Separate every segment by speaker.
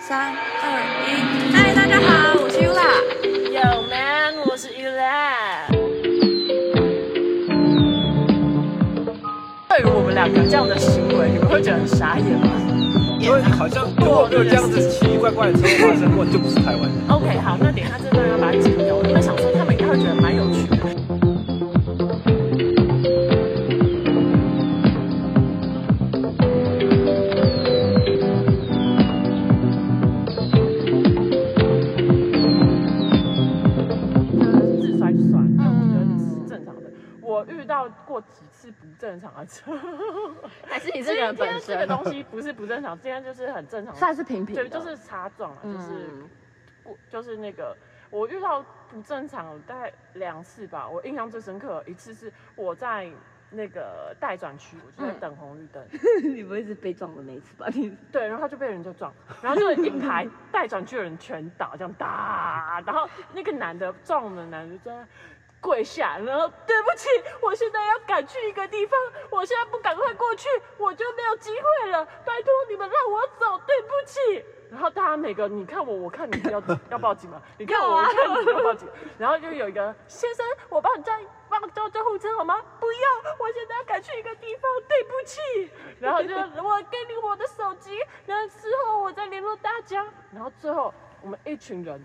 Speaker 1: 三二一，嗨，大家好，我是 Yula。
Speaker 2: Yo man，我是 Ula。对于我们两个这样的行为，你们会觉得很傻眼吗
Speaker 3: 因为好像如果没有这样子奇奇怪怪的情况发生过，就不是台湾人。
Speaker 2: ？OK，好，那等一下这段要把它剪掉。我原本想说他们应该会觉得蛮有趣的。
Speaker 4: 嗯
Speaker 2: 自摔就算了，但我觉得你是正常的。我遇到过几次不正常的车，
Speaker 4: 还是你这个人本
Speaker 2: 今 天这个
Speaker 4: 身
Speaker 2: 东西不是不正常，今天就是很正常的
Speaker 4: 算是平平的，
Speaker 2: 对， 就是擦撞啊，就是
Speaker 4: 嗯
Speaker 2: 过，就是那个我遇到不正常大概两次吧，我印象最深刻一次是我在那个待转区，我就在
Speaker 4: 嗯
Speaker 2: 等红绿灯，
Speaker 4: 你不会是被撞的那一次吧？你
Speaker 2: 对，然后就被人就撞，然后就一排待转区的人全倒，这样打，然后那个男的撞我们的男的就在那跪下，然后对不起，我现在要赶去一个地方，我现在不赶快过去，我就没有机会了，拜托你们让我走，对不起。然后大家每个你看我，我看你 要要报警吗？你看
Speaker 3: 啊
Speaker 2: 我，我看你要报警。然后就有一个先生，我帮你叫帮我叫救护车好吗？不要，我现在要赶去一个地方，对不起。然后就我给你我的手机，然后之后我再联络大家。然后最后我们一群人，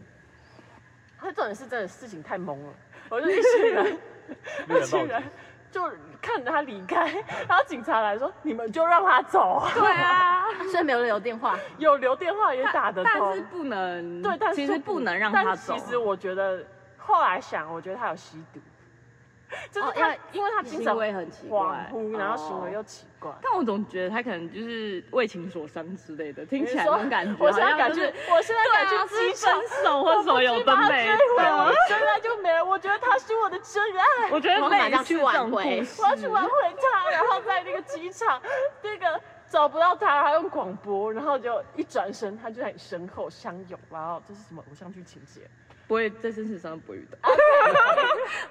Speaker 2: 他重点是真的事情太懵了，我就一群人，
Speaker 3: 没有
Speaker 2: 一
Speaker 3: 人报警
Speaker 2: 群人就看着他离开，然后警察来说你们就让他走 啊，
Speaker 4: 对啊，虽然没有留电话，
Speaker 2: 有留电话也打得通，
Speaker 4: 但是不能，
Speaker 2: 对，但是
Speaker 4: 其实不能让
Speaker 2: 但
Speaker 4: 他走。
Speaker 2: 其实我觉得后来想，我觉得他有吸毒，就是
Speaker 4: 哦
Speaker 2: 他、
Speaker 4: 因为
Speaker 2: 因为他精神
Speaker 4: 行为很奇
Speaker 2: 恍
Speaker 4: 怪
Speaker 2: 惚，然后
Speaker 4: 哦
Speaker 2: 行为又奇怪。
Speaker 5: 但我总觉得他可能就是为情所伤之类的，听
Speaker 2: 你
Speaker 5: 起来
Speaker 2: 说
Speaker 5: 那种感 觉，
Speaker 2: 我现在感
Speaker 5: 觉
Speaker 2: 觉，我现在感
Speaker 5: 对啊
Speaker 2: 觉
Speaker 5: 是
Speaker 2: 鸡
Speaker 5: 分手或什么有分贝，
Speaker 2: 对
Speaker 5: 对
Speaker 2: 啊，
Speaker 5: 啊
Speaker 2: 我真爱就没了。我觉得他是我的真爱，
Speaker 5: 我觉得
Speaker 4: 我马
Speaker 5: 类
Speaker 4: 上
Speaker 5: 似
Speaker 4: 去
Speaker 5: 这
Speaker 4: 挽
Speaker 5: 种
Speaker 4: 回
Speaker 5: 故事
Speaker 2: 我要去挽回他。然后在那个机场，那个找不到他，他用广播，然后就一转身，他就在你身后相拥。哇哦，这是什么偶像剧情节？
Speaker 5: 不会在真实上不会遇到。
Speaker 4: 哎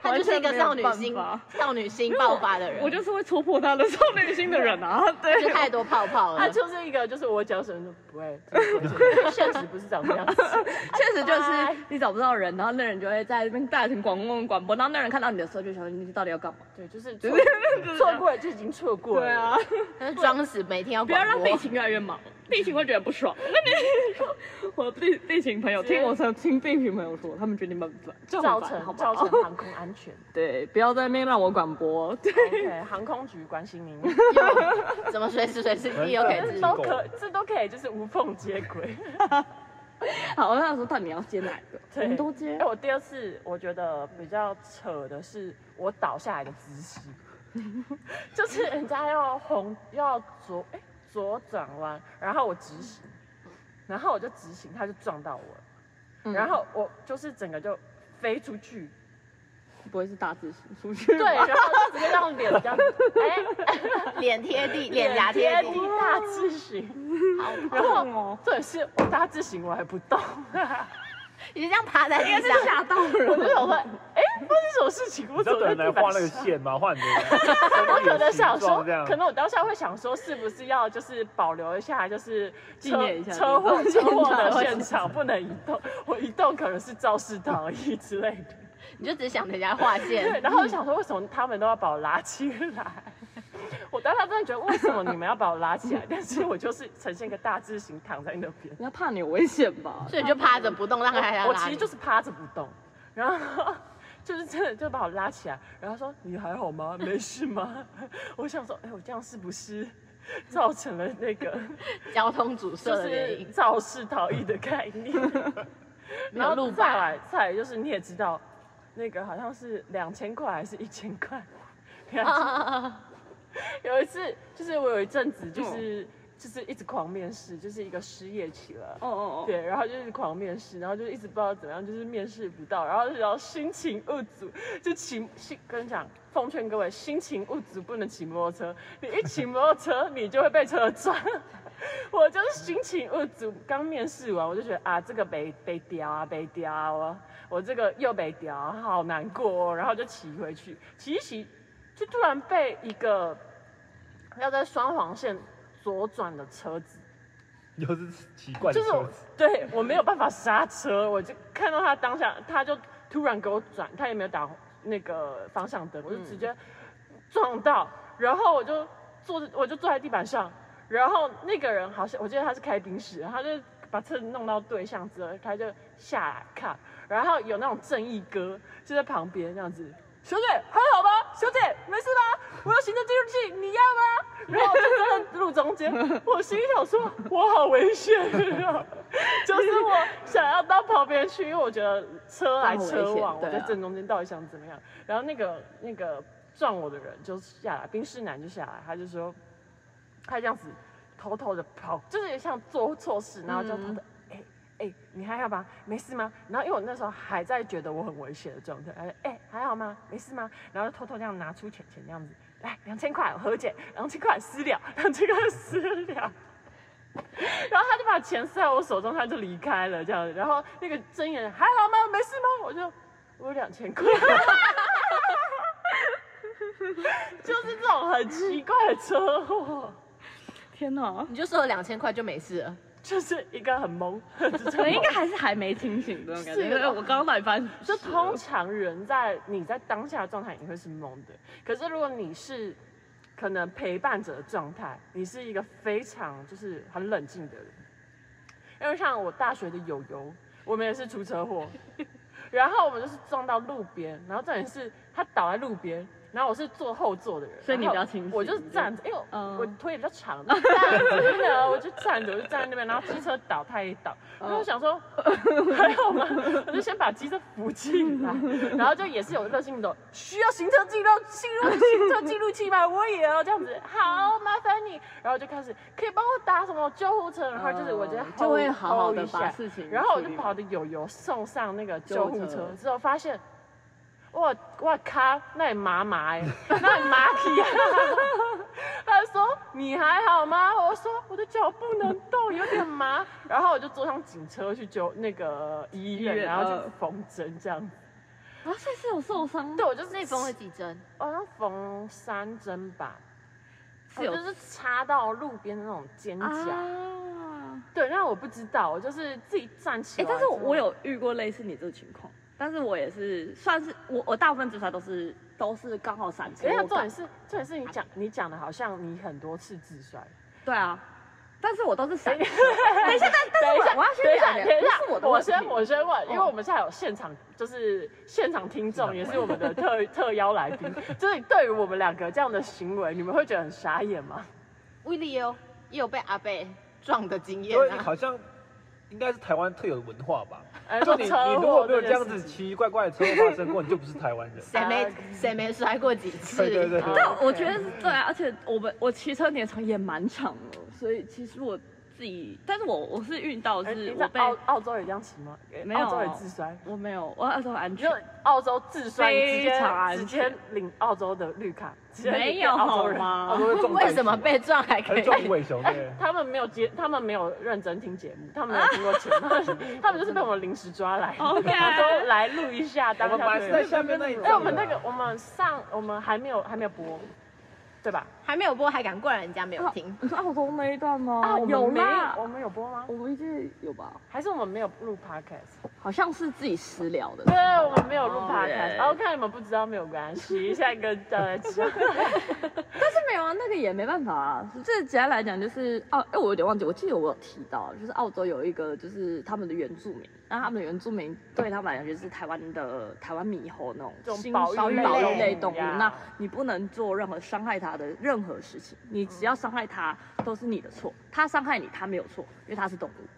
Speaker 4: 他就是一个少女
Speaker 5: 完全没
Speaker 4: 心
Speaker 5: 有办法，
Speaker 4: 少女心爆发的人，
Speaker 5: 我就是会戳破他的少女心的人 啊，对
Speaker 4: 就，太多泡
Speaker 5: 嗯
Speaker 4: 泡
Speaker 2: 他啊
Speaker 4: 了，
Speaker 2: 就是一个，就是我讲什么都不会，就是现实不是长这样子。
Speaker 5: 确实就是哎你找不到人，然后那人就会在那边大庭广众广播，然后那人看到你的时候就想说你到底要干嘛？
Speaker 2: 对，就是 错错过了就已经错过了。
Speaker 5: 对啊，，
Speaker 4: 他就装死每天要
Speaker 5: 不要
Speaker 4: 广
Speaker 5: 让
Speaker 4: 播
Speaker 5: 地勤越来越忙，地勤会觉得不爽。我地地勤朋友听我曾听地勤朋友说，他们决定办法
Speaker 2: 造成造成航空安 全。
Speaker 5: 对，不要在那边让我广播。对，
Speaker 2: OK，航空局关心您，
Speaker 4: 又怎么随时随地又可以自己
Speaker 2: 都可这都可以，就是无缝接轨。
Speaker 5: 好，那时候到底要接哪一个？我
Speaker 2: 对，
Speaker 5: 们都接
Speaker 2: 哎，。我第二次我觉得比较扯的是我倒下来的姿势， 就是人家要红要左哎、左转弯，然后我直行，然后我就直行，他就撞到我了，
Speaker 4: 嗯
Speaker 2: 然后我就是整个就飞出去，
Speaker 5: 不会是大字型出去？
Speaker 2: 对，然后就直接让脸这样子，哎、
Speaker 4: 脸贴地， 脸颊贴地，
Speaker 2: 大字型， 然后
Speaker 5: 哦
Speaker 2: 这也是我大字型我还不动，
Speaker 4: 你就这样趴在地上，
Speaker 5: 吓到
Speaker 2: 我就想
Speaker 5: 了。
Speaker 2: 说，哎、发生什么事情？我
Speaker 3: 你知
Speaker 2: 怎
Speaker 3: 道
Speaker 2: 么
Speaker 3: 有
Speaker 2: 在
Speaker 3: 人来
Speaker 2: 地
Speaker 3: 画
Speaker 2: 板
Speaker 3: 那个
Speaker 2: 上？
Speaker 3: 线吗？画你的
Speaker 2: 我可
Speaker 3: 身体
Speaker 2: 能
Speaker 3: 的
Speaker 2: 想
Speaker 3: 形
Speaker 2: 说
Speaker 3: 状这样，。
Speaker 2: 可能我当下会想说，是不是要就是保留一下，就是
Speaker 5: 纪
Speaker 2: 车
Speaker 5: 念一下
Speaker 2: 车祸车祸的现
Speaker 5: 现
Speaker 2: 场，不能移动。我移动可能是肇事逃逸之类的。
Speaker 4: 你就只想人家划
Speaker 2: 对，
Speaker 4: 线，
Speaker 2: 然后我就想说，为什么他们都要把我拉起来？ 我当下真的觉得，为什么你们要把我拉起来？但是我就是呈现一个大字形躺在那边。
Speaker 5: 你要怕你有危险 吧？
Speaker 4: 所以你就趴着不动，让他
Speaker 2: 我其实就是是趴着不动，然后 就是真的就把我拉起来，然后说你还好吗？没事吗？ 我想说，哎、我这样是不是造成了那个
Speaker 4: 交通阻塞
Speaker 2: 就
Speaker 4: 的原
Speaker 2: 是
Speaker 4: 因，
Speaker 2: 肇事逃逸的概念？
Speaker 4: 没有
Speaker 2: 然后
Speaker 4: 路
Speaker 2: 再
Speaker 4: 霸
Speaker 2: 来再来就是你也知道，那个好像是两千块还是一千块，两千有一次，就是我有一阵子，就是、就是一直狂面试，就是一个失业期了。
Speaker 5: 哦哦哦，
Speaker 2: 对，然后就是狂面试，然后就一直不知道怎么样，就是面试不到，然后然后心情不足，就骑心跟你讲，奉劝各位，心情不足不能骑摩托车，你一骑摩托车你就会被车撞。 我就是心情不足，刚面试完我就觉得啊，这个被被屌啊，被屌啊，我我这个又被屌啊，好难过、哦，然后就骑回去，骑一骑，就突然被一个要在双黄线左转的车子
Speaker 3: 又是奇怪的
Speaker 2: 就是
Speaker 3: 车
Speaker 2: 我
Speaker 3: 子，
Speaker 2: 对我没有办法刹车，我就看到他当下，他就突然给我转，他也没有打那个方向灯，我就
Speaker 3: 嗯
Speaker 2: 直接撞到，然后我就坐着，我就坐在地板上，然后那个人好像我记得他是开宾士，他就把车弄到对向之后，他就下来看，然后有那种正义哥就在旁边这样子。小姐还好吧？小姐没事吧？我有行车记录器，你要吗？ 然后我就站在路中间，我心里想说，我好危险 啊！就是我想要到旁边去，因为我觉得车来车往，我
Speaker 4: 很危险对
Speaker 2: 在
Speaker 4: 啊
Speaker 2: 正中间到底想怎么样？然后那个那个撞我的人就下来，冰室男就下来，他就说，他这样子偷偷的跑，就是像做错事，然后就偷偷。哎哎，你还好吧？没事吗？然后因为我那时候还在觉得我很危险的状态，他说：“哎、还好吗？没事吗？”然后就偷偷这样拿出钱钱这样子，来两千块，我和解，两千块私了， 两千块私了。然后他就把钱塞在我手中，他就离开了这样子。然后那个真人还好吗？没事吗？我就我有两千块， 就是这种很奇怪的车祸，
Speaker 5: 天哪！
Speaker 4: 你就收了两千块就没事了。
Speaker 2: 就是一个很懵，
Speaker 5: 可能应该还是还没清醒的那种感觉。
Speaker 2: 是
Speaker 5: 因为我刚刚来班，
Speaker 2: 就通常人在你在当下的状态，你会是懵的。可是如果你是可能陪伴者的状态，你是一个非常就是很冷静的人。因为像我大学的友友，我们也是出车 祸，然后我们就是撞到路边，然后重点是他倒在路边，然后我是坐后座的人，
Speaker 5: 所以你
Speaker 2: 然
Speaker 5: 比较
Speaker 2: 后
Speaker 5: 清醒
Speaker 2: 我就是站着，因为
Speaker 5: 嗯
Speaker 2: 我腿比较长，站着呢，我就站着，我就站在那边，然后机车倒，他也倒，
Speaker 5: 嗯
Speaker 2: 然后我想说还好吗？我就先把机车扶进 来，然后就也是有热心的，需要行车记录记录行车记录器吗？我也要这样子，好麻烦你，然后就开始可以帮我打什么救护车，然后就是我觉得
Speaker 5: 嗯就会
Speaker 2: hold-
Speaker 5: 好好的
Speaker 2: hold 一
Speaker 5: 把
Speaker 2: 下
Speaker 5: 事情
Speaker 2: 然后我
Speaker 5: 处
Speaker 2: 就
Speaker 5: 理
Speaker 2: 把
Speaker 5: 完
Speaker 2: 我的友友送上那个救护
Speaker 5: 救护
Speaker 2: 车
Speaker 5: 车
Speaker 2: 之后，发现，哇哇咔，那里麻麻哎、那里麻皮啊！ 他就说你还好吗？我说我的脚不能动，有点麻。然后我就坐上警车去救那个医院，
Speaker 5: 医院
Speaker 2: 然后去
Speaker 5: 嗯
Speaker 2: 缝针这样子。
Speaker 5: 啊，所以是有受伤
Speaker 2: 对，，我就是
Speaker 4: 那你缝了几针？
Speaker 2: 好像缝三针吧，
Speaker 5: 是
Speaker 2: 我
Speaker 5: 有
Speaker 2: 就是插到路边的那种尖角。
Speaker 5: 啊。
Speaker 2: 对，但我不知道，我就是自己站起
Speaker 5: 哎、
Speaker 2: 来之后。
Speaker 5: 但是我我有遇过类似你这个情况，但是我也是算是我我大部分自杀都是都是刚好闪车
Speaker 2: 没有，
Speaker 5: 我
Speaker 2: 重
Speaker 5: 感
Speaker 2: 点是，重点是你讲，你讲的好像你很多次自摔。
Speaker 5: 对啊，但是我都是闪车。 等一下，但但是我我要先
Speaker 2: 等一下，
Speaker 5: 讲
Speaker 2: 等
Speaker 5: 的，
Speaker 2: 一
Speaker 5: 不
Speaker 2: 下，
Speaker 5: 是我的
Speaker 2: 我
Speaker 5: 问题
Speaker 2: 先我先问，因为
Speaker 5: 哦啊
Speaker 2: 我们现在有现场，就是现场听众，也是我们的特 特邀来宾，就是对于我们两个这样的行为，你们会觉得很傻眼吗？
Speaker 4: 威利也有也有被阿贝撞的经验
Speaker 3: 因为你
Speaker 4: 啊。
Speaker 3: 好像应该是台湾特有的文化 吧？
Speaker 2: 哎
Speaker 3: 就你你如果没有这样
Speaker 2: 车祸
Speaker 3: 子，
Speaker 2: 件事情
Speaker 3: 奇奇怪怪的车祸发生过，你就不是台湾 人。
Speaker 4: 谁没谁没摔过几次？
Speaker 3: 对对对对
Speaker 5: 但我觉得是对啊，而且我们我骑车年长也蛮长了，所以其实我自己，但是我我是遇到
Speaker 2: 哎
Speaker 5: 是
Speaker 2: 你
Speaker 5: 我
Speaker 2: 在
Speaker 5: 被
Speaker 2: 澳澳洲也这样骑吗？
Speaker 5: 没有
Speaker 2: 澳洲也自摔。
Speaker 5: 我没有，我要说安
Speaker 2: 你就
Speaker 5: 全。
Speaker 2: 澳洲自摔，你直
Speaker 5: 非常安
Speaker 2: 接直
Speaker 5: 全
Speaker 2: 接领澳洲的绿卡，直接
Speaker 5: 没
Speaker 2: 领
Speaker 5: 有
Speaker 2: 澳洲
Speaker 5: 好
Speaker 2: 人？
Speaker 3: 澳
Speaker 5: 吗？
Speaker 3: 洲会撞
Speaker 4: 为什么被撞还可
Speaker 3: 啊还
Speaker 4: 以？
Speaker 3: 撞鬼熊呢？
Speaker 2: 他们没有接，他们没有认真听节目，他们没有听过前面，他们就是被我们临时抓来，
Speaker 5: OK
Speaker 2: 他说来录一下，
Speaker 3: 我
Speaker 2: 当
Speaker 3: 们本
Speaker 2: 下
Speaker 3: 来是在下面那一
Speaker 2: 但我
Speaker 3: 段的啊。
Speaker 2: 们那个我们上我们还没有还没有播，对吧？
Speaker 4: 还没有播，还敢怪人家没有听？
Speaker 5: 你说澳洲那一段吗？
Speaker 2: 我
Speaker 5: 有
Speaker 2: 们没
Speaker 5: 啦，
Speaker 2: 我啊们有播吗？
Speaker 5: 我们记得有吧？
Speaker 2: 还是我们没有录 podcast？
Speaker 5: 好像是自己私聊的。
Speaker 2: 对，啊我们没有录
Speaker 5: 哦
Speaker 2: podcast。
Speaker 5: 对
Speaker 2: 然后看你们不知道没有关 系，下一个再讲。
Speaker 5: 但是没有啊，那个也没办法啊。这简单来讲就是澳，哎、我有点忘记，我记得我有提到，就是澳洲有一个就是他们的原住民，那他们的原住民对他们来讲就是台湾的台湾猕猴那
Speaker 2: 这
Speaker 5: 种
Speaker 2: 种
Speaker 5: 新
Speaker 2: 保育
Speaker 5: 保育
Speaker 4: 类
Speaker 5: 保育类
Speaker 2: 动物
Speaker 5: 动物，
Speaker 2: 呀
Speaker 5: 那你不能做任何伤害它的任何事情，你只要伤害它都是你的错，它伤害你它没有错，因为它是动物。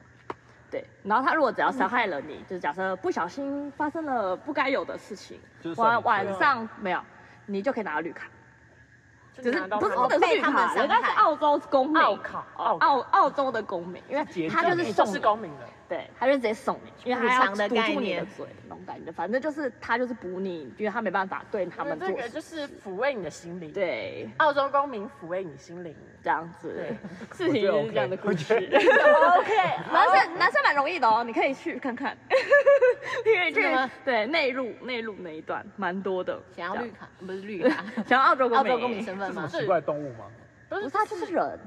Speaker 5: 对，然后它如果只要伤害了你，就是假设不小心发生了不该有的事情
Speaker 3: 就是，算
Speaker 5: 晚
Speaker 3: 你
Speaker 5: 晚
Speaker 3: 错
Speaker 5: 上没有，你就可以拿到绿卡。只
Speaker 2: 就是拿到
Speaker 5: 不是
Speaker 2: 他
Speaker 5: 不
Speaker 2: 们
Speaker 5: 能是绿
Speaker 4: 被他们
Speaker 5: 卡，
Speaker 4: 伤
Speaker 5: 人家是
Speaker 4: 害
Speaker 5: 澳洲公民，
Speaker 2: 澳卡
Speaker 5: 澳
Speaker 2: 澳卡
Speaker 5: 澳澳洲的公民，因为他就
Speaker 2: 你
Speaker 5: 是
Speaker 2: 就
Speaker 5: 送
Speaker 2: 是
Speaker 5: 你，
Speaker 2: 公民了。
Speaker 5: 对，他就直接送你，因为
Speaker 4: 补
Speaker 5: 他要
Speaker 4: 偿的
Speaker 5: 堵
Speaker 4: 概
Speaker 5: 住你的
Speaker 4: 念
Speaker 5: 嘴那种感觉，反正就是他就是补你，因为他没办法对他们做
Speaker 2: 这个
Speaker 5: 事，
Speaker 2: 就是抚慰你的心灵，，
Speaker 5: 对，
Speaker 2: 澳洲公民抚慰你心灵。
Speaker 5: 这样子
Speaker 2: 对，
Speaker 5: 事情就是这样的故事。
Speaker 2: OK，
Speaker 5: 男生男生蛮容易的哦，你可以去看看， 你可以去
Speaker 4: 真的吗
Speaker 5: 对内陆内陆那一段蛮多的，
Speaker 4: 想要绿卡不是绿卡，
Speaker 5: 想要澳洲公
Speaker 4: 澳
Speaker 5: 民，
Speaker 4: 洲公民身份
Speaker 3: 什么
Speaker 4: 吗？
Speaker 3: 奇怪的动物吗？
Speaker 2: 不
Speaker 5: 不
Speaker 2: 是
Speaker 5: 是他就是人，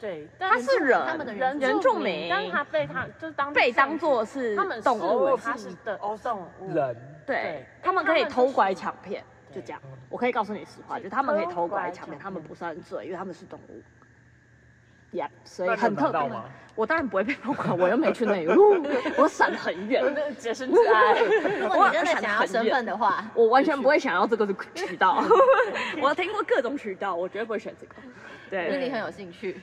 Speaker 2: 对，但
Speaker 5: 他
Speaker 2: 他
Speaker 5: 是
Speaker 2: 是
Speaker 5: 人，
Speaker 4: 他们的人
Speaker 2: 人
Speaker 5: 原
Speaker 2: 原
Speaker 5: 住
Speaker 2: 住
Speaker 5: 民
Speaker 2: 民，但是他被他就是当
Speaker 5: 被当做是
Speaker 2: 他们
Speaker 5: 动
Speaker 2: 视为
Speaker 5: 物，欸
Speaker 2: 他是的哦动物，
Speaker 3: 人
Speaker 5: 对
Speaker 2: 对，
Speaker 5: 他们可
Speaker 2: 他们
Speaker 5: 以
Speaker 2: 就是
Speaker 5: 偷拐抢骗，就这样
Speaker 3: 对。
Speaker 5: 我可以告诉你实话，就他们可以偷
Speaker 2: 偷拐
Speaker 5: 拐抢
Speaker 2: 抢
Speaker 5: 骗，
Speaker 2: 骗
Speaker 5: 他们不算罪，因为他们是动物。呀、所以
Speaker 3: 那
Speaker 5: 很
Speaker 3: 很
Speaker 5: 特
Speaker 3: 难到
Speaker 5: 别。
Speaker 3: 吗？
Speaker 5: 我当然不会被偷拐，我又没去那里， 呜我闪得很远，
Speaker 2: 洁身自爱，
Speaker 4: 如果你真的想要身份的话，
Speaker 5: 我完全不会想要这个 渠道。 我听过各种渠道，我绝对不会选这个。
Speaker 4: 因
Speaker 5: 对
Speaker 4: 为你很有兴趣。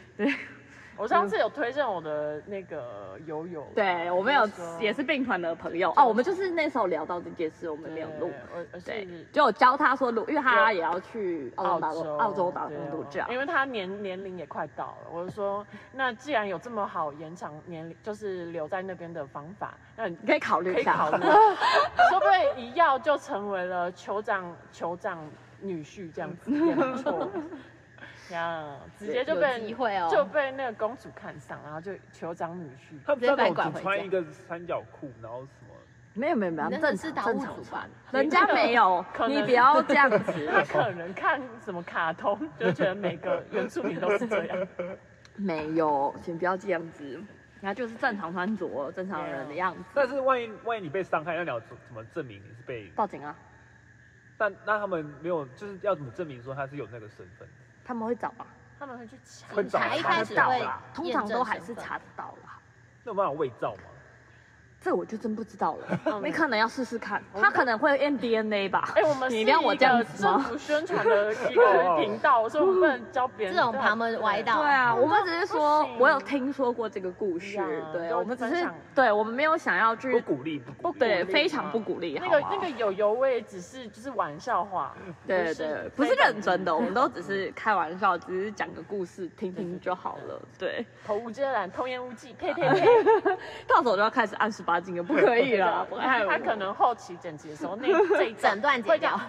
Speaker 2: 我上次有推荐我的那个友友，
Speaker 5: 对，我们有也是病团的朋友哦，我们就是那时候聊到这件事，我们
Speaker 2: 对
Speaker 5: 没有录。
Speaker 2: 我我
Speaker 5: 对
Speaker 2: 是，
Speaker 5: 就有教他说录，因为他也要去澳洲打
Speaker 2: 澳
Speaker 5: 工
Speaker 2: 洲
Speaker 5: 澳洲打
Speaker 2: 对
Speaker 5: 工
Speaker 2: 啊
Speaker 5: 度假。
Speaker 2: 因为他年年龄也快到了，我就说，那既然有这么好延长年龄，就是留在那边的方法，那你
Speaker 5: 你可以考虑
Speaker 2: 可
Speaker 5: 一
Speaker 2: 以
Speaker 5: 下，
Speaker 2: 考虑， 说不定一要就成为了酋长酋长女婿这样 子，也不错。呀，直接就
Speaker 4: 有
Speaker 2: 被
Speaker 4: 机会哦
Speaker 2: 就被那个公主看上，然后就酋长女婿。
Speaker 3: 他们那种只穿一个三角裤，然后什么？
Speaker 5: 没有没有没有，
Speaker 4: 你那
Speaker 5: 正常
Speaker 4: 是打
Speaker 5: 正
Speaker 4: 屋
Speaker 5: 常
Speaker 4: 主吧？
Speaker 5: 人家没有，
Speaker 2: 可能
Speaker 5: 你不要这样 子。
Speaker 2: 他可能看什么卡通，就觉得每个原住民都是这 样。
Speaker 5: 没有，请不要这样子。他就是正常穿着，正常人的样子。
Speaker 3: 但是万一万一你被伤害，那你要怎怎么证明你是被？
Speaker 5: 报警啊，
Speaker 3: 但那他们没有，就是要怎么证明说他是有那个身份？
Speaker 5: 他们会找啊，
Speaker 2: 他们会去抢
Speaker 3: 会找
Speaker 4: 查一
Speaker 3: 查
Speaker 4: 开
Speaker 3: 得
Speaker 4: 始
Speaker 3: 到
Speaker 4: 会
Speaker 3: 啦，
Speaker 5: 通常都还是查得到啦。
Speaker 3: 那有办法伪造吗？
Speaker 5: 这我就真不知道 了，
Speaker 2: 嗯
Speaker 5: 你可能要试试看，他可能会验 DNA 吧。
Speaker 2: 哎、我们是
Speaker 5: 你
Speaker 2: 一
Speaker 5: 让我这样
Speaker 2: 个
Speaker 5: 子
Speaker 2: 政
Speaker 5: 吗？
Speaker 2: 府宣传的一个频 道，所以我们不能教别人
Speaker 4: 这种旁门歪道
Speaker 5: 对啊，我们只是说
Speaker 2: 不，行
Speaker 5: 我有听说过这个故
Speaker 2: 一
Speaker 5: 事
Speaker 2: 样，啊
Speaker 5: 对
Speaker 2: 就
Speaker 5: 我们只
Speaker 2: 分
Speaker 5: 是
Speaker 2: 享
Speaker 5: 对我们没有想要
Speaker 3: 不
Speaker 5: 去，
Speaker 3: 鼓励，不鼓励。
Speaker 5: 对，
Speaker 2: 鼓励
Speaker 5: 非常
Speaker 2: 嘛
Speaker 5: 不鼓励，
Speaker 2: 那
Speaker 5: 好
Speaker 2: 个
Speaker 5: 吗
Speaker 2: 那个友友我也只是就是玩笑话，
Speaker 5: 对对，不是认真的，我们都只是开玩笑，只是讲个故事听听就好了。对，
Speaker 2: 口无遮拦、童言无 忌，呸呸呸！
Speaker 5: 到时候就要开始按十八禁了，不可以
Speaker 2: 啊
Speaker 5: 了，不爱我。
Speaker 2: 他可能后期剪辑的时候，那这一
Speaker 4: 整段
Speaker 2: 会
Speaker 4: 剪
Speaker 2: 这
Speaker 4: 掉
Speaker 2: 样，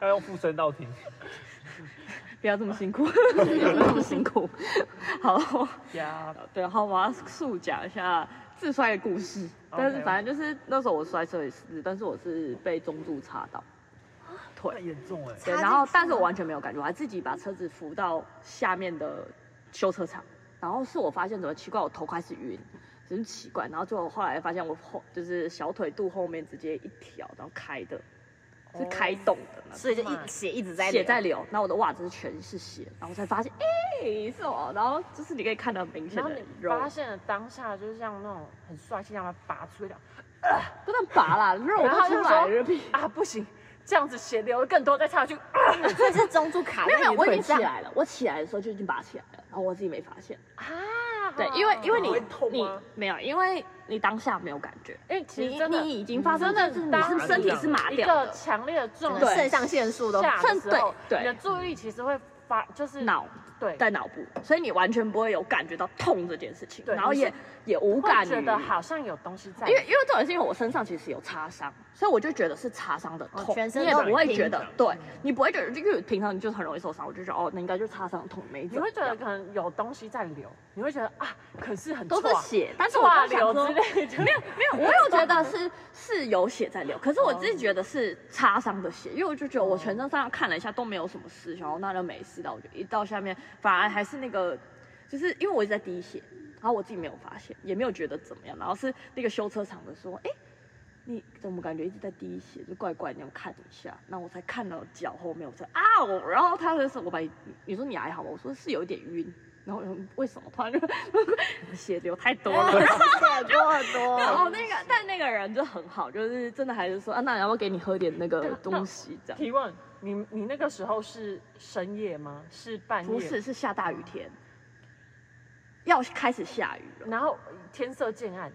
Speaker 3: 他用附身到听，
Speaker 5: 不要这么辛苦，有没有这么辛苦？ 好，
Speaker 2: 呀，
Speaker 5: 对，然后我要速讲一下自摔的故事。但是反正就是那时候我摔车也是，但是我是被中柱插到，
Speaker 3: 太严重哎！
Speaker 5: 对，然后但是我完全没有感觉，我还自己把车子扶到下面的修车厂，然后是我发现怎么奇怪，我头开始晕，真是奇怪，然后就后来发现我后就是小腿肚后面直接一条，然后开的，是开洞的那种。
Speaker 4: 所以就一血一哦直在
Speaker 5: 血
Speaker 4: 流
Speaker 5: 啊在流，那我的袜子全是血，然后我才发现，哎、是哦，然后就是你可以看到明显
Speaker 2: 然后
Speaker 5: 的
Speaker 2: 你
Speaker 5: 肉，
Speaker 2: 发现了当下，就是像那种很帅气，让他拔出一条
Speaker 5: 不能拔啦，肉
Speaker 2: 然后他
Speaker 5: 都出
Speaker 2: 就
Speaker 5: 来
Speaker 2: 说
Speaker 5: 了，屁
Speaker 2: 啊，不行，这样子血流的更多，再 插下去，
Speaker 4: 所以是中柱卡
Speaker 5: 没有没
Speaker 4: 在
Speaker 5: 有，
Speaker 4: 你
Speaker 5: 我已
Speaker 4: 腿
Speaker 5: 经起
Speaker 4: 上。
Speaker 5: 来了，我起来的时候就已经拔起来了，然后我自己没发现。
Speaker 2: 啊，
Speaker 5: 对，因为因为
Speaker 3: 会
Speaker 5: 你
Speaker 3: 痛
Speaker 5: 你
Speaker 3: 吗
Speaker 5: 没有，因为你当下没有感觉，
Speaker 2: 因为其
Speaker 5: 你
Speaker 2: 实真的
Speaker 5: 你已经发生，
Speaker 2: 真的
Speaker 5: 但是你
Speaker 2: 当
Speaker 5: 是身体是麻
Speaker 2: 一
Speaker 5: 掉
Speaker 2: 个
Speaker 5: 的，
Speaker 2: 强烈的重
Speaker 5: 对
Speaker 4: 肾上腺素都
Speaker 2: 下的时候，
Speaker 5: 对对
Speaker 2: 你的注意力其实会发，就是
Speaker 5: 脑
Speaker 2: 嗯对，
Speaker 5: 在脑部，所以你完全不会有感觉到痛这件事情，
Speaker 2: 对
Speaker 5: 然后
Speaker 2: 你
Speaker 5: 也也无
Speaker 2: 会
Speaker 5: 感
Speaker 2: 觉
Speaker 5: 于
Speaker 2: 得好像有东西在，
Speaker 5: 因为因为重点是因为我身上其实有擦伤，所以我就觉得是擦伤的痛，
Speaker 4: 哦全身
Speaker 5: 你也
Speaker 4: 都
Speaker 5: 不会觉
Speaker 4: 很
Speaker 5: 得
Speaker 4: 平，
Speaker 5: 对你不会觉得，因为平常你就很容易受伤，我就觉得哦，那应该就是擦伤痛没
Speaker 2: 你
Speaker 5: 怎么
Speaker 2: 会
Speaker 5: 样。
Speaker 2: 觉得可能有东西在流，你会觉得啊，可是很
Speaker 5: 都是
Speaker 2: 错啊
Speaker 5: 血，但是我
Speaker 2: 化
Speaker 5: 就想
Speaker 2: 流
Speaker 5: 说
Speaker 2: 之，类的，没有
Speaker 5: 没有，我有觉得是是有血在流，可是我自己觉得是 擦伤的血，因为我就觉得我全身上下看了一下都没有什么事，然后那就没事的，我就一到下面反而还是那个，就是因为我一直在滴血，然后我自己没有发现，也没有觉得怎么样，然后是那个修车厂的说，哎。你怎么感觉一直在滴血，就怪怪的？你看一下，那我才看到脚后面，我才啊哦，然后他就说：“我把你，你说你还好吗？”我说是有一点晕，然后我说为什么突然就 血流太多了？
Speaker 4: 血过多，
Speaker 5: 哦，那个，但那个人就很好，就是真的还是说，啊，那要不要给你喝点那个东西？这样
Speaker 2: 提问，你你那个时候是深夜吗？是半夜？
Speaker 5: 不是，，是下大雨天，要开始下雨了。
Speaker 2: 然后天色渐暗，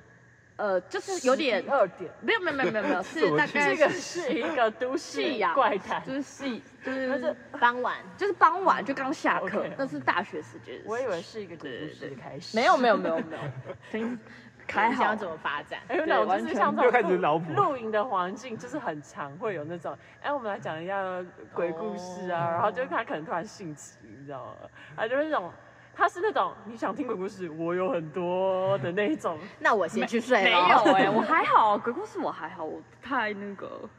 Speaker 5: 呃，就是有点，
Speaker 2: 二 点。
Speaker 5: 没有没有没有没有 没有，是
Speaker 3: 么
Speaker 5: 大
Speaker 2: 这
Speaker 5: 概
Speaker 2: 个是一个都市
Speaker 5: 夕阳
Speaker 2: 怪谈，
Speaker 5: 就是细，就是
Speaker 2: 但是
Speaker 4: 傍晚
Speaker 5: 就是傍晚就刚下课
Speaker 2: OK，
Speaker 5: 那是大学时间的事情。
Speaker 2: 我以为是一个故
Speaker 5: 对对
Speaker 2: 事
Speaker 5: 对
Speaker 2: 的开始。
Speaker 5: 没有没有没有 没有，听还
Speaker 4: 你
Speaker 5: 好
Speaker 4: 想要怎么发展？
Speaker 2: 哎，
Speaker 5: 对
Speaker 2: 那我
Speaker 5: 完
Speaker 2: 就是
Speaker 5: 全
Speaker 2: 像这
Speaker 3: 又
Speaker 2: 种
Speaker 3: 开始
Speaker 2: 露
Speaker 3: 脑补
Speaker 2: 露营的环境，就是很常会有那种，哎，我们来讲一下鬼故事啊，然后就他可能突然兴起，你知道吗？啊，就是那种，他是那种你想听鬼故事，我有很多的那一种，
Speaker 4: 那我先去睡了。
Speaker 5: 没有 哎、我还好，鬼故事我还好，我不太
Speaker 2: 哦
Speaker 5: 那个。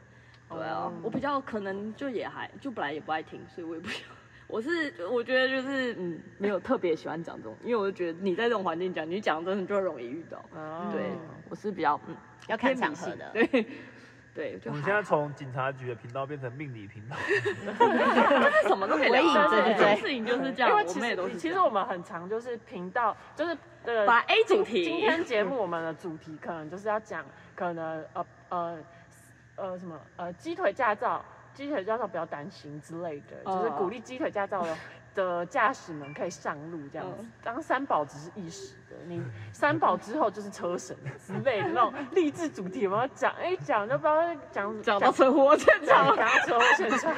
Speaker 5: 对啊，我比较可能就也还就本来也不爱听，所以我也不想， 我是我觉得就是嗯，没有特别喜欢讲这种，因为我就觉得你在这种环境讲，你讲真的就容易遇到。
Speaker 2: 哦
Speaker 5: 对，我是比较嗯
Speaker 4: 要看场合的。
Speaker 5: 对 对，
Speaker 3: 我
Speaker 5: 就
Speaker 3: 们
Speaker 5: 还
Speaker 3: 现在
Speaker 5: 好
Speaker 3: 从警察局的频道变成命理频道，
Speaker 5: 就是什么都可以聊，
Speaker 4: 唯以
Speaker 5: 对
Speaker 4: 对
Speaker 5: 对
Speaker 4: 不对
Speaker 5: 事情就是这样，
Speaker 2: 因为
Speaker 5: 我
Speaker 2: 其
Speaker 5: 们也都
Speaker 2: 实
Speaker 5: 是
Speaker 2: 其
Speaker 5: 这
Speaker 2: 实
Speaker 5: 样
Speaker 2: 我们很常就是频道就是呃
Speaker 5: 把 A 主题
Speaker 2: 今天节目我们的主题可能就是要讲可能呃呃呃什么呃鸡腿驾照，鸡腿驾照不要担心之类的，
Speaker 5: 哦
Speaker 2: 就是鼓励鸡腿驾照 的的驾驶们可以上路这样子
Speaker 5: 嗯。
Speaker 2: 当三宝只是一时的，你三宝之后就是车神之类的那 种励志主题，我们要讲哎讲就不知道讲
Speaker 5: 讲到车祸现
Speaker 2: 讲
Speaker 5: 场，
Speaker 2: 到车祸现场，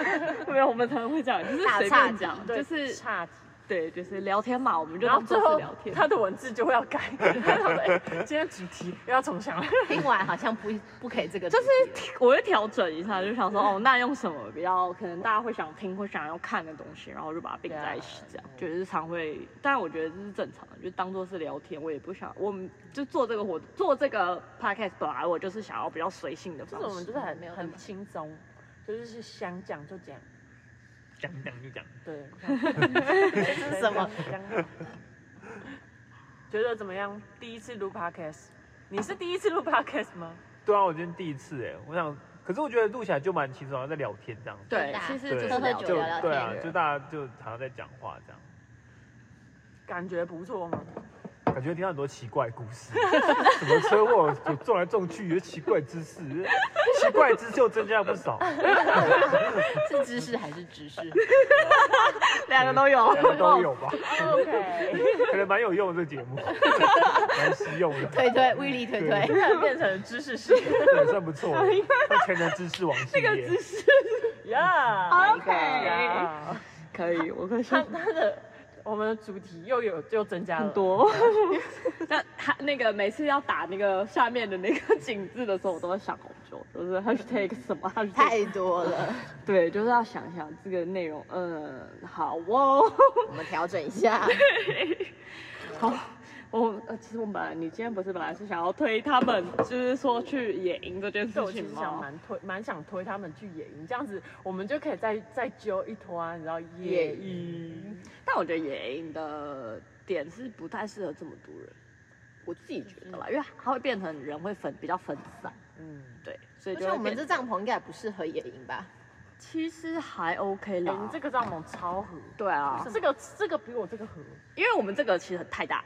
Speaker 5: 没有，我们常常会讲，就是
Speaker 4: 打
Speaker 5: 随
Speaker 4: 岔
Speaker 5: 便讲，
Speaker 2: 对，
Speaker 5: 就是
Speaker 2: 差
Speaker 5: 对，就是聊天嘛，我们就
Speaker 2: 然后
Speaker 5: 当
Speaker 2: 最
Speaker 5: 做是
Speaker 2: 后
Speaker 5: 聊天。
Speaker 2: 他的文字就会要改， 他说哎今天主题又要重想了。
Speaker 4: 听完好像不不可以这个主
Speaker 5: 就
Speaker 4: 题
Speaker 5: 是
Speaker 4: 了，
Speaker 5: 我会调整一下，就想说哦，那用什么比较可能大家会想听或想要看的东西，然后就把它并在一起，这样就是常会。但我觉得这是正常的，就当做是聊天。我也不想，我们就做这个活，做这个 podcast，本来我就是想要比较随性的
Speaker 2: 这
Speaker 5: 方
Speaker 2: 种人就。
Speaker 5: 式
Speaker 2: 是很
Speaker 4: 没有那么
Speaker 2: 很轻松，就是是想讲就讲，
Speaker 3: 讲讲就讲。
Speaker 2: 对。
Speaker 4: 这
Speaker 2: 这
Speaker 4: 是什么？？
Speaker 2: 觉得怎么样？第一次录 podcast，你是第一次录 podcast 吗？
Speaker 3: 对啊，我今天第一次哎，我想，可是我觉得录起来就蛮轻松，然后在聊天这样子。
Speaker 5: 对
Speaker 4: 对，
Speaker 5: 其实就
Speaker 3: 对
Speaker 5: 是
Speaker 4: 喝喝
Speaker 5: 聊
Speaker 4: 酒
Speaker 5: 天
Speaker 4: 聊聊
Speaker 3: 对
Speaker 4: 天
Speaker 3: 啊，就大家就好像在讲话这样，
Speaker 2: 感觉不错吗？
Speaker 3: 感觉听到很多奇怪的故事， 什么车祸有撞来撞去，有奇怪知识，奇怪知识又增加了不少，啊
Speaker 4: 是知识还是知识？
Speaker 5: 两个都有，
Speaker 3: 嗯
Speaker 5: 哦
Speaker 3: 两个都有吧，
Speaker 2: OK，
Speaker 3: 可能蛮有用的这 节目，蛮实用的，
Speaker 4: 推推威力推推，
Speaker 2: 变成知识型
Speaker 3: 对，算不 错，全能知识网系
Speaker 5: 这个
Speaker 3: 列
Speaker 5: 姿。势
Speaker 2: ，Yeah，
Speaker 5: OK，
Speaker 2: Yeah
Speaker 5: 可以，我可以
Speaker 2: 他他的我们的主题又有又增加了
Speaker 5: 很，多。 那他那个每次要打那个下面的那个 井字的时候，我都会想好久，就是 hashtag 什么 hashtag
Speaker 4: 太多了，
Speaker 5: 对，就是要想一想这个内容。嗯，好哦。
Speaker 4: 我们调整一下。
Speaker 5: 好，我呃，其实我们本来你今天不是本来是想要推他们，就是说去野营这件
Speaker 2: 对，
Speaker 5: 事
Speaker 2: 我其
Speaker 5: 情
Speaker 2: 实想
Speaker 5: 吗？
Speaker 2: 蛮推，蛮想推他们去野营，这样子我们就可以再再揪一团，然后野
Speaker 4: 野
Speaker 2: 营。
Speaker 5: 嗯但我觉得野营的点是不太适合这么多人，我自己觉得啦，因为它会变成人会分比较分散，
Speaker 2: 嗯，
Speaker 5: 对，所以
Speaker 4: 而
Speaker 5: 就
Speaker 4: 且
Speaker 5: 会
Speaker 4: 我们
Speaker 5: 变
Speaker 4: 这帐篷应该也不适合野 营吧？
Speaker 5: 其实还 OK
Speaker 2: 哎、
Speaker 5: 啦。
Speaker 2: 你这个帐篷超合，
Speaker 5: 对啊，
Speaker 2: 这个这个比我这个合。
Speaker 5: 因为我们这个其实太大。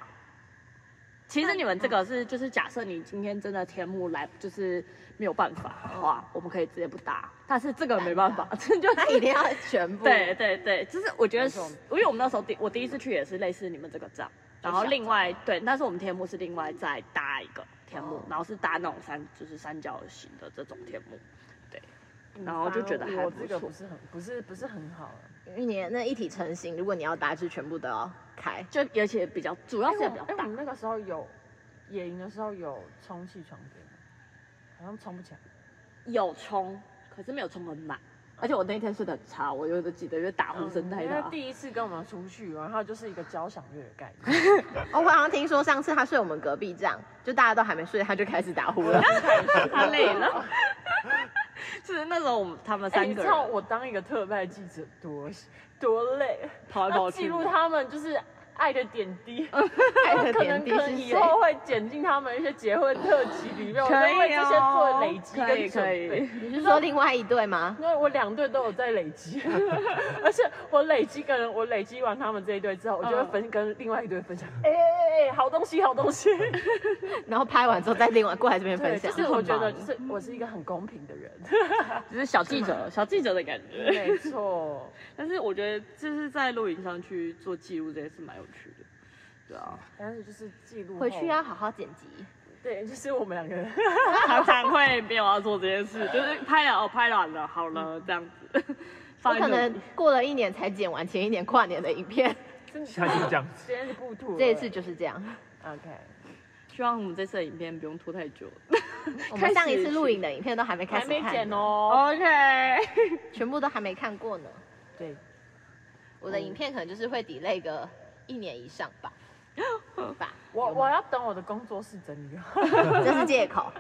Speaker 5: 其实你们这个是就是假设你今天真的天幕来就是没有办法的话，我们可以直接不搭。但是这个没办法，这 就
Speaker 4: 那一定要全部。
Speaker 5: 对，对对，就是我觉得
Speaker 2: 没
Speaker 5: 是
Speaker 2: 错，
Speaker 5: 因为我们那时候第我第一次去也是类似你们这个帐，然后
Speaker 4: 小
Speaker 5: 另外对，但是我们天幕是另外再搭一个天
Speaker 2: 哦
Speaker 5: 幕，然后是搭那种三就是三角形的这种天幕，对，然后就觉得还
Speaker 2: 嗯我
Speaker 5: 不
Speaker 2: 这个
Speaker 5: 错
Speaker 2: 不。是很不是不是很好、啊，
Speaker 4: 因为你那一体成型，如果你要搭，就全部都要开。
Speaker 5: 就而且比较主要
Speaker 2: 而
Speaker 5: 是也比较
Speaker 2: 哎、我
Speaker 5: 大，
Speaker 2: 们那个时候有野营的时候有充气床垫，啊好像充不起来。
Speaker 5: 有冲，可是没有冲很满。而且我那天睡得很差，我有的记得，因为打呼声太
Speaker 2: 嗯因为
Speaker 5: 大。
Speaker 2: 第一次跟我们出去，然后就是一个交响乐的 概念，
Speaker 4: 哦，我好像听说上次他睡我们隔壁帐，就大家都还没睡，他就开始打呼 了。
Speaker 5: 他累了。 就是那时候我们他们
Speaker 2: 哎
Speaker 5: 三
Speaker 2: 你
Speaker 5: 个
Speaker 2: 知
Speaker 5: 人
Speaker 2: 道我当一个特派记者多多累，
Speaker 5: 跑来
Speaker 2: 要
Speaker 5: 跑
Speaker 2: 记
Speaker 5: 去，
Speaker 2: 录他们就是爱的点 滴，
Speaker 4: 爱的
Speaker 2: 可能
Speaker 4: 点
Speaker 2: 可
Speaker 4: 滴
Speaker 2: 能
Speaker 4: 是
Speaker 2: 以
Speaker 4: 谁？
Speaker 2: 后会剪进他们一些结婚特辑里面，我就为这些做累积
Speaker 5: 可
Speaker 4: 啊
Speaker 5: 以
Speaker 2: 跟准
Speaker 5: 可以
Speaker 2: 备。，
Speaker 4: 你是说另外一对吗？
Speaker 2: 因为我两队都有在累积， 而且我累积个人，我累积完他们这一队之后，我就会
Speaker 4: 嗯
Speaker 2: 分跟另外一队分享，哎哎哎，好东西，好东西。
Speaker 4: 然后拍完之后再另外过来这边
Speaker 2: 对，
Speaker 4: 分
Speaker 2: 就
Speaker 4: 享。
Speaker 2: 是我觉得，就是我是一个很公平的 人，
Speaker 5: 只是小记者 小记者的感觉。
Speaker 2: 没错。
Speaker 5: 但是我觉得就是在露营上去做记录，这也是蛮有趣的。对啊，
Speaker 2: 但是就是记录后
Speaker 4: 回去要，啊好好剪辑。
Speaker 2: 对，就是我们两个 人，
Speaker 5: 常常会没有要做这件事，就是拍了哦，拍完了，好了这样子。
Speaker 4: 我
Speaker 5: 放在
Speaker 4: 可
Speaker 5: 那里
Speaker 4: 能过了一年才剪完前一年跨年的影片，
Speaker 2: 真的
Speaker 3: 像就这 样子，
Speaker 2: 今天是不吐了，
Speaker 4: 这一次就是这样。
Speaker 2: OK，
Speaker 5: 希望我们这次的影片不用拖太久。
Speaker 4: 我们上一次 录影的影片都还没开
Speaker 2: 还
Speaker 4: 始
Speaker 2: 没
Speaker 4: 看，
Speaker 2: 剪哦。
Speaker 5: OK，
Speaker 4: 全部都还没看过呢。
Speaker 2: 对，
Speaker 4: 我的影片可能就是会 delay 个一年以上吧，吧，
Speaker 2: 我我要等我的工作室整理好，
Speaker 4: 这是借口。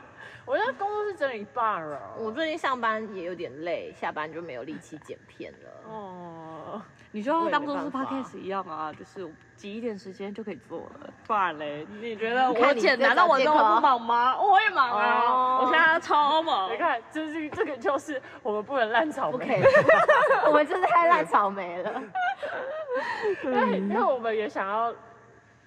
Speaker 2: 我的工作室整理一半了。啊
Speaker 4: 我最近上班也有点累，下班就没有力气剪片了。
Speaker 2: 哦，哦，
Speaker 5: 你就当做
Speaker 2: 我也没
Speaker 5: 是
Speaker 2: 办法
Speaker 5: podcast 一样啊，就是挤一点时间就可以做了。不然嘞，你觉得
Speaker 4: 看
Speaker 5: 我
Speaker 4: 你
Speaker 5: 姐
Speaker 4: 在
Speaker 5: 难道
Speaker 4: 找
Speaker 5: 我
Speaker 4: 借
Speaker 5: 跟我
Speaker 4: 口
Speaker 5: 不忙吗？我也忙啊，
Speaker 2: 哦
Speaker 5: 我现在超忙
Speaker 2: 你。看，就是这个就是我们不能烂草
Speaker 4: 不可
Speaker 2: 莓
Speaker 4: 以，， 我们真的太烂草莓了。
Speaker 2: 对，因为我们也想要。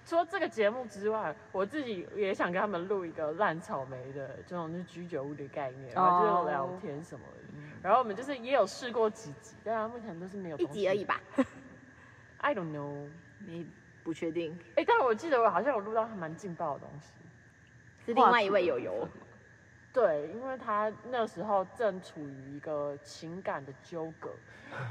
Speaker 2: 除了这个节目之外，我自己也想跟他们录一个烂草莓的这种就是居酒屋的概
Speaker 4: 哦
Speaker 2: 念，然后就是聊天什么的。然后我们就是也有试过几集，但他目前都是没有
Speaker 4: 一
Speaker 2: 东西
Speaker 4: 集而已。吧，
Speaker 2: I don't know。
Speaker 4: 你不确定
Speaker 2: 哎、但我记得我好像有录到蛮劲爆的东西。
Speaker 4: 是另外一位友 友，
Speaker 2: 对，因为他那时候正处于一个情感的纠 葛，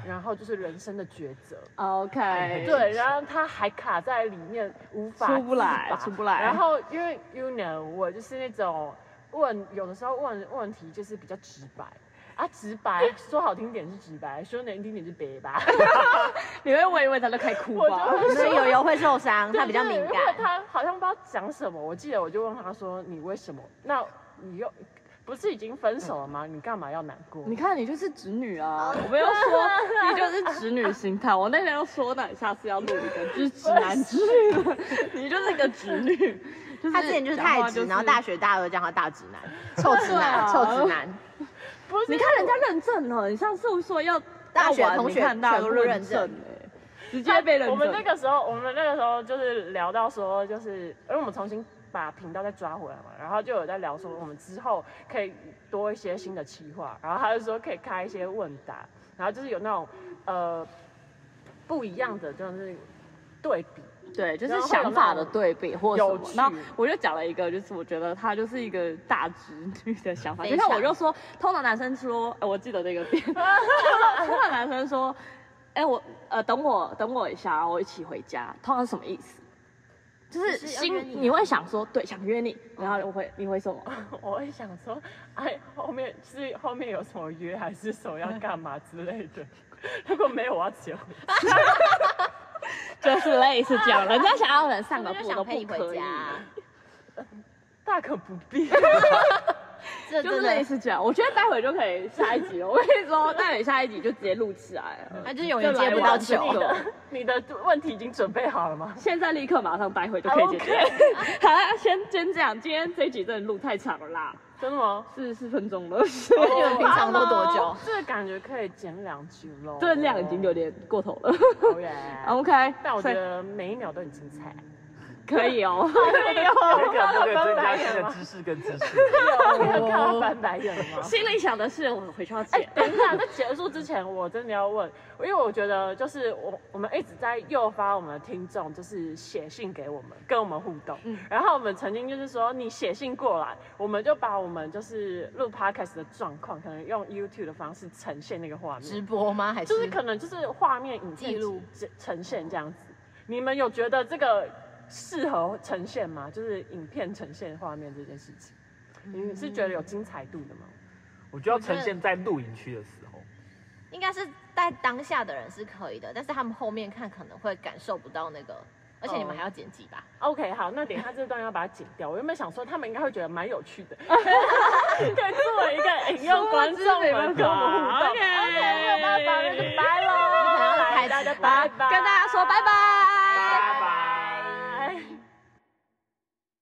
Speaker 2: 然后就是人生的抉择。
Speaker 5: OK，
Speaker 2: 对，然后他还卡在里面，无法
Speaker 5: 出不来
Speaker 2: 自拔
Speaker 5: 出不来
Speaker 2: 然后因为 you know，我就是那种问，有的时候问问题就是比较直白。啊，直白，说好听点是直白，说难听点是别吧。
Speaker 5: 你会我以为他在开哭
Speaker 2: 我
Speaker 5: 吧
Speaker 2: 就？会
Speaker 4: 所以友友会受伤，
Speaker 2: 对
Speaker 4: 他比较
Speaker 2: 对
Speaker 4: 敏
Speaker 2: 因为
Speaker 4: 感。
Speaker 2: 他好像不知道讲什么，我记得我就问他说：“你为什么？那你又不是已经分手了吗？你干嘛要难过？”
Speaker 5: 你看，你就是直女啊！我没有 说你就是直女心态。我那天又说呢，你下次要录一个就是直男之女的，你就是一个直女。就是
Speaker 4: 他之前就是
Speaker 5: 讲话
Speaker 4: 太直，然后大
Speaker 5: 是
Speaker 4: 学大二叫他大直男， 臭直
Speaker 5: 啊
Speaker 4: 男，臭直男。
Speaker 2: 不是
Speaker 5: 你看人家认证了，你上次说要
Speaker 4: 大学
Speaker 5: 要玩
Speaker 4: 同学
Speaker 5: 你看大家都认
Speaker 4: 全部
Speaker 5: 哎，直接被认证。
Speaker 2: 我们那个时候，我们那个时候就是聊到说，就是因为我们重新把频道再抓回来嘛，然后就有在聊说，我们之后可以多一些新的企划，然后他就说可以开一些问答，然后就是有那种呃不一样的，就是对比，
Speaker 5: 对，就是
Speaker 2: 然后
Speaker 5: 想法的
Speaker 2: 有那种
Speaker 5: 对比或什
Speaker 2: 有
Speaker 5: 么
Speaker 2: 趣。
Speaker 5: 然后我就讲了一个，就是我觉得他就是一个大直女的想法。
Speaker 4: 非
Speaker 5: 就
Speaker 4: 常
Speaker 5: 像我就说，通常男生说，哎，我记得那个 点，通常通常男生说，哎，我呃等我等我一下，然后我一起回家，通常是什么意思？就是
Speaker 4: 就是要
Speaker 5: 心
Speaker 4: 约你吗
Speaker 5: 你会想说，对，想约你，然后我会你会什么？
Speaker 2: 我会想说，哎，后面是后面有什么约还是什么要干嘛之类的， 如果没有我要结婚。
Speaker 5: 就是类似这样，人家想要人上个
Speaker 4: 我就
Speaker 5: 步
Speaker 4: 想
Speaker 5: 都
Speaker 4: 陪
Speaker 5: 不
Speaker 4: 你回
Speaker 5: 可以
Speaker 4: 家，，
Speaker 2: 大可不必，
Speaker 4: 这
Speaker 5: 就是
Speaker 4: 真
Speaker 5: 类
Speaker 4: 的。
Speaker 5: 似这样。我觉得待会就可以下一集了，我跟你说，待会下一集就直接录起来了。
Speaker 4: 他就是永远 接不到球，
Speaker 2: 你的问题已经准备好了吗？
Speaker 5: 现在立刻马上待会就可以解决。 好啦，先先这样，今天这一集真的录太长了啦，
Speaker 2: 真的吗？
Speaker 5: 四十四分钟了，哦
Speaker 4: 你们平常都多久？
Speaker 2: 这个感觉可以减两句喽。
Speaker 5: 这量已经有点过头了。
Speaker 2: 好远
Speaker 5: OK，
Speaker 2: 但我觉
Speaker 5: 所以
Speaker 2: 得每一秒都很精彩。
Speaker 5: 可以哦。
Speaker 3: 这个不可以增加新的知识跟知识。
Speaker 2: 有有看到翻白眼了 吗？
Speaker 5: 心里想的是，我回去要
Speaker 2: 哎
Speaker 5: 剪，。
Speaker 2: 等一下，在结束之前，我真的要问，因为我觉得就是我我们一直在诱发我们的听众，就是写信给我们，跟我们互动。然后我们曾经就是说，你写信过来，我们就把我们就是录 podcast 的状况，可能用 YouTube 的方式呈现那个画面。
Speaker 4: 直播吗？还是
Speaker 2: 就是可能就是画面影片
Speaker 4: 记录
Speaker 2: 呈呈现这样子。你们有觉得这个适合呈现吗？就是影片呈现画面这件事情，你们是觉得有精彩度的吗？
Speaker 3: 我就要呈现在露营区的时候，
Speaker 4: 应该是在当下的人是可以的，但是他们后面看可能会感受不到那个，而且你们还要剪辑吧？
Speaker 2: OK，好，那等一下这段要把它剪掉。我原本想说他们应该会觉得蛮有趣的， 可以作为一个引诱观众们跟我们互动。
Speaker 5: OK
Speaker 2: OK，没有办法，那就拜喽，
Speaker 4: 可能要
Speaker 2: 来
Speaker 4: 开始
Speaker 5: 哎
Speaker 2: 大家拜拜，
Speaker 5: 跟大家说拜拜。
Speaker 3: 拜拜。